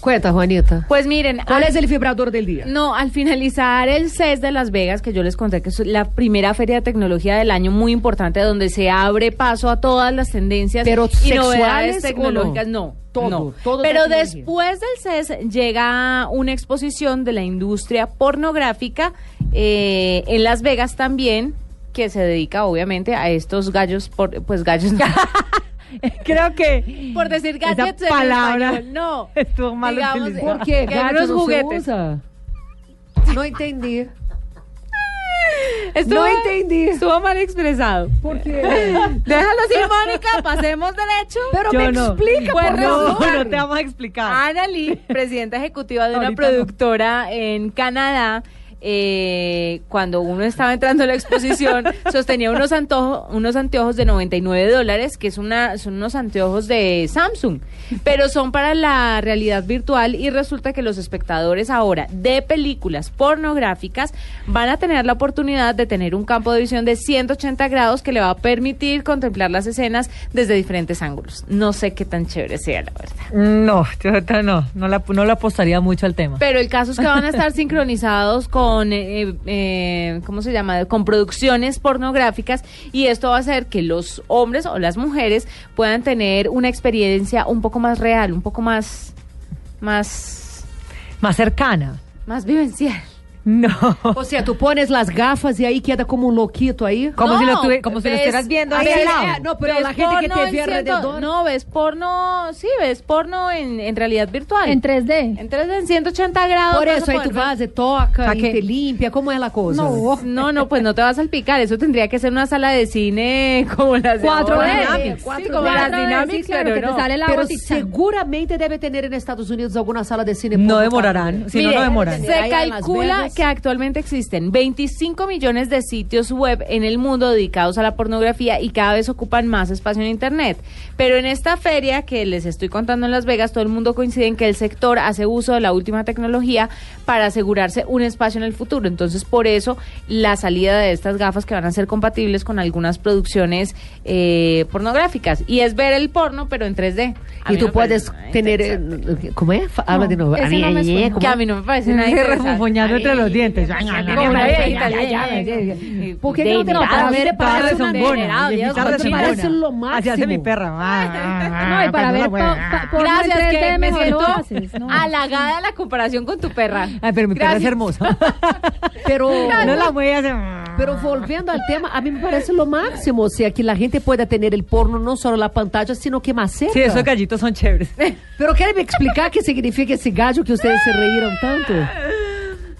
Cuenta, Juanita. é Pues miren, ¿Cuál al- es el fibrador del día? no, al finalizar el CES de Las Vegas, que yo les conté que es la primera feria de tecnología del año muy importante, donde se abre paso a todas las tendencias Pero y ¿sexuales novedades o no? tecnológicas. No, Todo, no. todo Pero tecnología. después del CES llega una exposición de la industria pornográfica eh, en Las Vegas también, que se dedica obviamente a estos gallos, por, pues gallos. no. Creo que Por decir Esa gadgets en palabra español, no. estuvo mal Digamos, utilizada. ¿Por qué? Porque Que hay unos gallo no se juguetes. usa. No entendí. Estuvo, No entendí. Estuvo mal expresado. ¿Por qué? Déjalo sin Mónica, pasemos derecho. Pero Yo me no. explica, Pues por No, favor. no te vamos a explicar. Ana Lee, presidenta ejecutiva de una Ahorita no. productora en Canadá, eh, cuando uno estaba entrando a la exposición, sostenía unos, antojo- unos anteojos de 99 dólares, que es una, son unos anteojos de Samsung, pero son para la realidad virtual y resulta que los espectadores ahora de películas pornográficas van a tener la oportunidad de tener un campo de visión de 180 grados que le va a permitir contemplar las escenas desde diferentes ángulos. No sé qué tan chévere sea, la verdad. No, yo t- no, no la, no la apostaría mucho al tema. Pero el caso es que van a estar sincronizados con, eh, eh, ¿cómo se llama? Con producciones pornográficas y esto va a hacer que los hombres o las mujeres puedan tener una experiencia un poco más real, un poco más, más, Más cercana. más vivencial. No. O sea, tú pones las gafas y ahí queda como um un loquito ahí. Como No, si lo, tuve- como si lo ves- estuvieras viendo ahí ves- al eh, lado. no, pero ves la gente que porno te en ve ciento- alrededor. No, ves porno, sí, ves porno en, en realidad virtual. En 3D. en 3D, en 180 grados. Por vas a eso aí tu poder ver- vas e toca Pa' e qué? te limpia. Como é a coisa? No. No, no, pues no te vas a salpicar. Eso tendría que ser una sala de cine como las de Cuatro ahora. D, Sí, cuatro como D. las Cuatro D, dinámicas, sí, claro, pero que te no. sale el agua Pero pichando. seguramente deve ter nos Estados Unidos alguma sala de cine. No porno demorarán. Si no, Mire, no demoran. sí. Se Ahí en Las calcula Vegas. que actualmente existen 25 millones de sitios web en el mundo dedicados a la pornografía y cada vez ocupan más espacio en Internet. Pero en esta feria que les estoy contando en Las Vegas, todo el mundo coincide en que el sector hace uso de la última tecnología para asegurarse un espacio en el futuro. Entonces, por eso la salida de estas gafas que van a ser compatibles con algunas producciones eh, pornográficas. Y es ver el porno, pero en 3D. A E mí tu me podes parece nada ter. interesante. Como é? Fa- Habla No, de novo. ese no me suena. como- Que a mí no me parece nada Se interesante. refunfuñando entre los dientes. é Como una viejita, ya, ya, ya, ya. ¿Por qué no te Degenerado, paras? ver, Te paras paras una un nena, degenerado, viejita Dios, cochino. parece lo Así hace máximo. mi perra. No, y para ver po- pa- porno en Gracias, que 3D me mejor lo siento haces. ¿no? halagada de la comparación con tu perra. Ay, pero mi perra es Gracias. hermosa. Pero, No la voy a hacer. pero volviendo al tema, a mí me parece lo máximo. O sea, que la gente pueda tener el porno no solo en la pantalla, sino que más cerca. Eh, Sí, esos gallitos son chéveres. Pero ¿quieren me explicar qué significa ese gallo que ustedes se reíron tanto?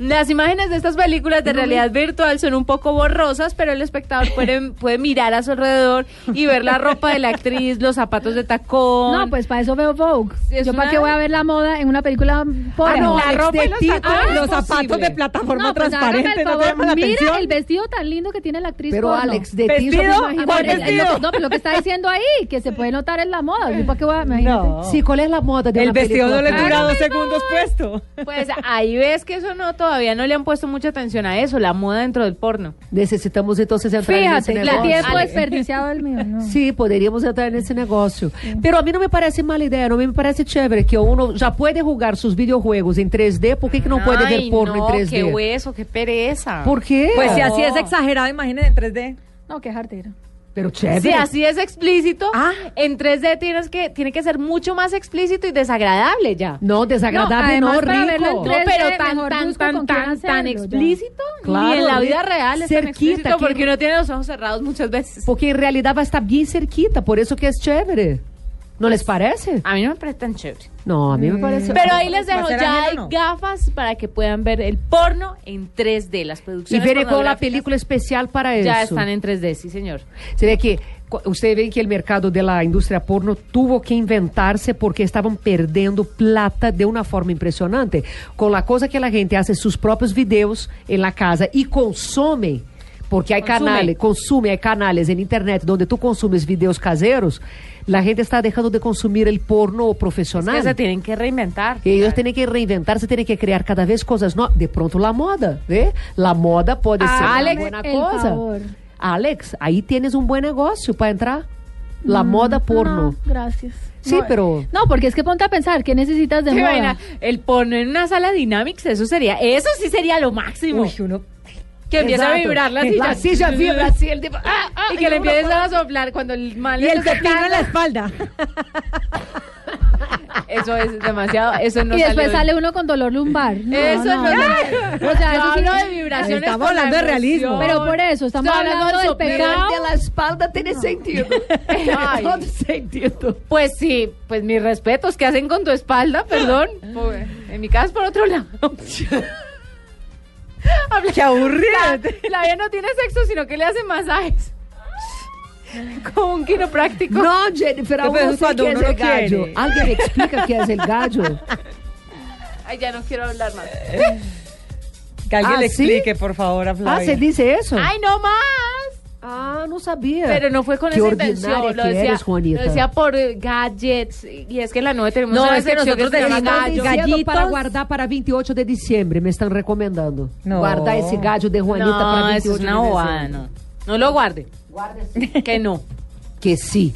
Las imágenes de estas películas de realidad virtual son un poco borrosas, pero el espectador puede, puede mirar a su alrededor y ver la ropa de la actriz, los zapatos de tacón. No, pues para eso veo Vogue. Es Yo una- para qué voy a ver la moda en una película porno. no, la ex ropa y de los, tipo, zapatos, ah, los es zapatos posible. de plataforma No, pues hágame transparente, el no te favor, llaman la mira atención. el vestido tan lindo que tiene la actriz Pero porno. Alex, de ti yo ¿Vestido? me Imagínate, imagino- ¿Cuál es lo- vestido? no, pero lo que está diciendo ahí, que se puede notar es la moda. Yo para qué voy a... imagínate. No. Sí, ¿cuál es la moda de El una vestido no le película? dura dos segundos puesto. Pues ahí ves que eso no, todavía no le han puesto mucha atención a eso, la moda dentro del porno. Necesitamos entonces entrar en Fíjate, ese la negocio. tiempo Ale. desperdiciado el mío. no. Sí, poderíamos entrar nesse negócio. Pero a mim não me parece mala ideia, não me parece chévere que uno já pode jogar seus videojuegos em 3D, por que, que não pode ver Ay, porno no, em qué 3D? hueso, qué pereza. Por quê? Pues si No. así es exagerado, imagínense en 3D. No, qué jardero. Pero chévere. Si así es explícito, Ah. en 3D tienes que, tiene que ser mucho más explícito y desagradable ya. Não, desagradável, No, não, además para rico. verlo en No, 3D, pero tan, eh, mejor tan, busco tan, con quién tan, hacerlo, tan ya. explícito. Claro, ni en la de- vida real es tan cerquita, explícito que- porque uno tiene los ojos cerrados muchas veces. Porque em realidade vai estar bem cerquita, por isso que é chévere. ¿No les parece? A mí no me parece tan chévere. No, a mí me parece. Pero ahí les dejo, ¿Va a ser ya hay ajeno o no? gafas para que puedan ver el porno en 3D. Las y producciones viene con la pornográficas película especial para eso. ya están en 3D, sí, señor. Se ve que cu- ustedes ven que el mercado de la industria porno tuvo que inventarse porque estaban perdiendo plata de una forma impresionante. Con la cosa que la gente hace sus propios videos en la casa y consume. Porque hay Consume. canales, consume, hay canales en internet donde tú consumes videos caseros, la gente está dejando de consumir el porno profesional. Que se tienen que reinventar. E Eles têm que reinventar-se, têm que criar cada vez coisas novas. De pronto, la moda, ¿ve? La moda pode Ah, ser Alex, uma el boa favor. coisa. Alex, aí tienes um bom negócio para entrar. La moda porno. No, gracias. Sí, pero Mm, No, porque es que ponte a pensar, ¿qué necesitas de ¿Te moda? imaginas? El porno en una sala Dynamics, eso sería, eso sí sería lo máximo. Uy, uno. que empiece a Exato. vibrar la silla. La silla vibra así, el tipo, ah, ah, y que le empiecen a soplar cuando el mal Y el se pepino en la espalda. Eso es demasiado, eso no y después salió. sale uno con dolor lumbar. No, Eso no, O sea, Yo eso sí- hablo de vibraciones. Estamos con la hablando de realismo. emoción. Pero por e- eso, estamos Estoy hablando, hablando del del pecado. de la espalda tiene sentido. Ay. Todo sentido. Pues sí, pues mis respetos, ¿qué hacen con tu espalda? Perdón. Por- en mi casa es por otro lado. Habla- Qué aburrido. La, la vida no tiene sexo, sino que le hace masajes. Como un quiropráctico. No, Jennifer, aún no Depois sé quando qué es uno el lo quiere. gallo. ¿Alguien me explica qué es el gallo? Ay, ya no quiero hablar más. Que alguien Ah, le ¿sí? explique, por favor, a Ah, Flavia. ¿se dice eso? ¡Ay, no más! Ah, no sabía. Pero no fue con Qué esa ordinaria intención. Lo que decía, eres, Juanita. lo decía por eh, gadgets. Y es que en la nube tenemos No, una es que sección nosotros se llama tenemos gallo. gallo. tá Dizendo para Gallitos. guardar para 28 de diciembre, me están recomendando. No. Guardar esse galho de Juanita para No, 28 eso es de una bobada, diciembre. no. No lo guarde. Que no. Que sí.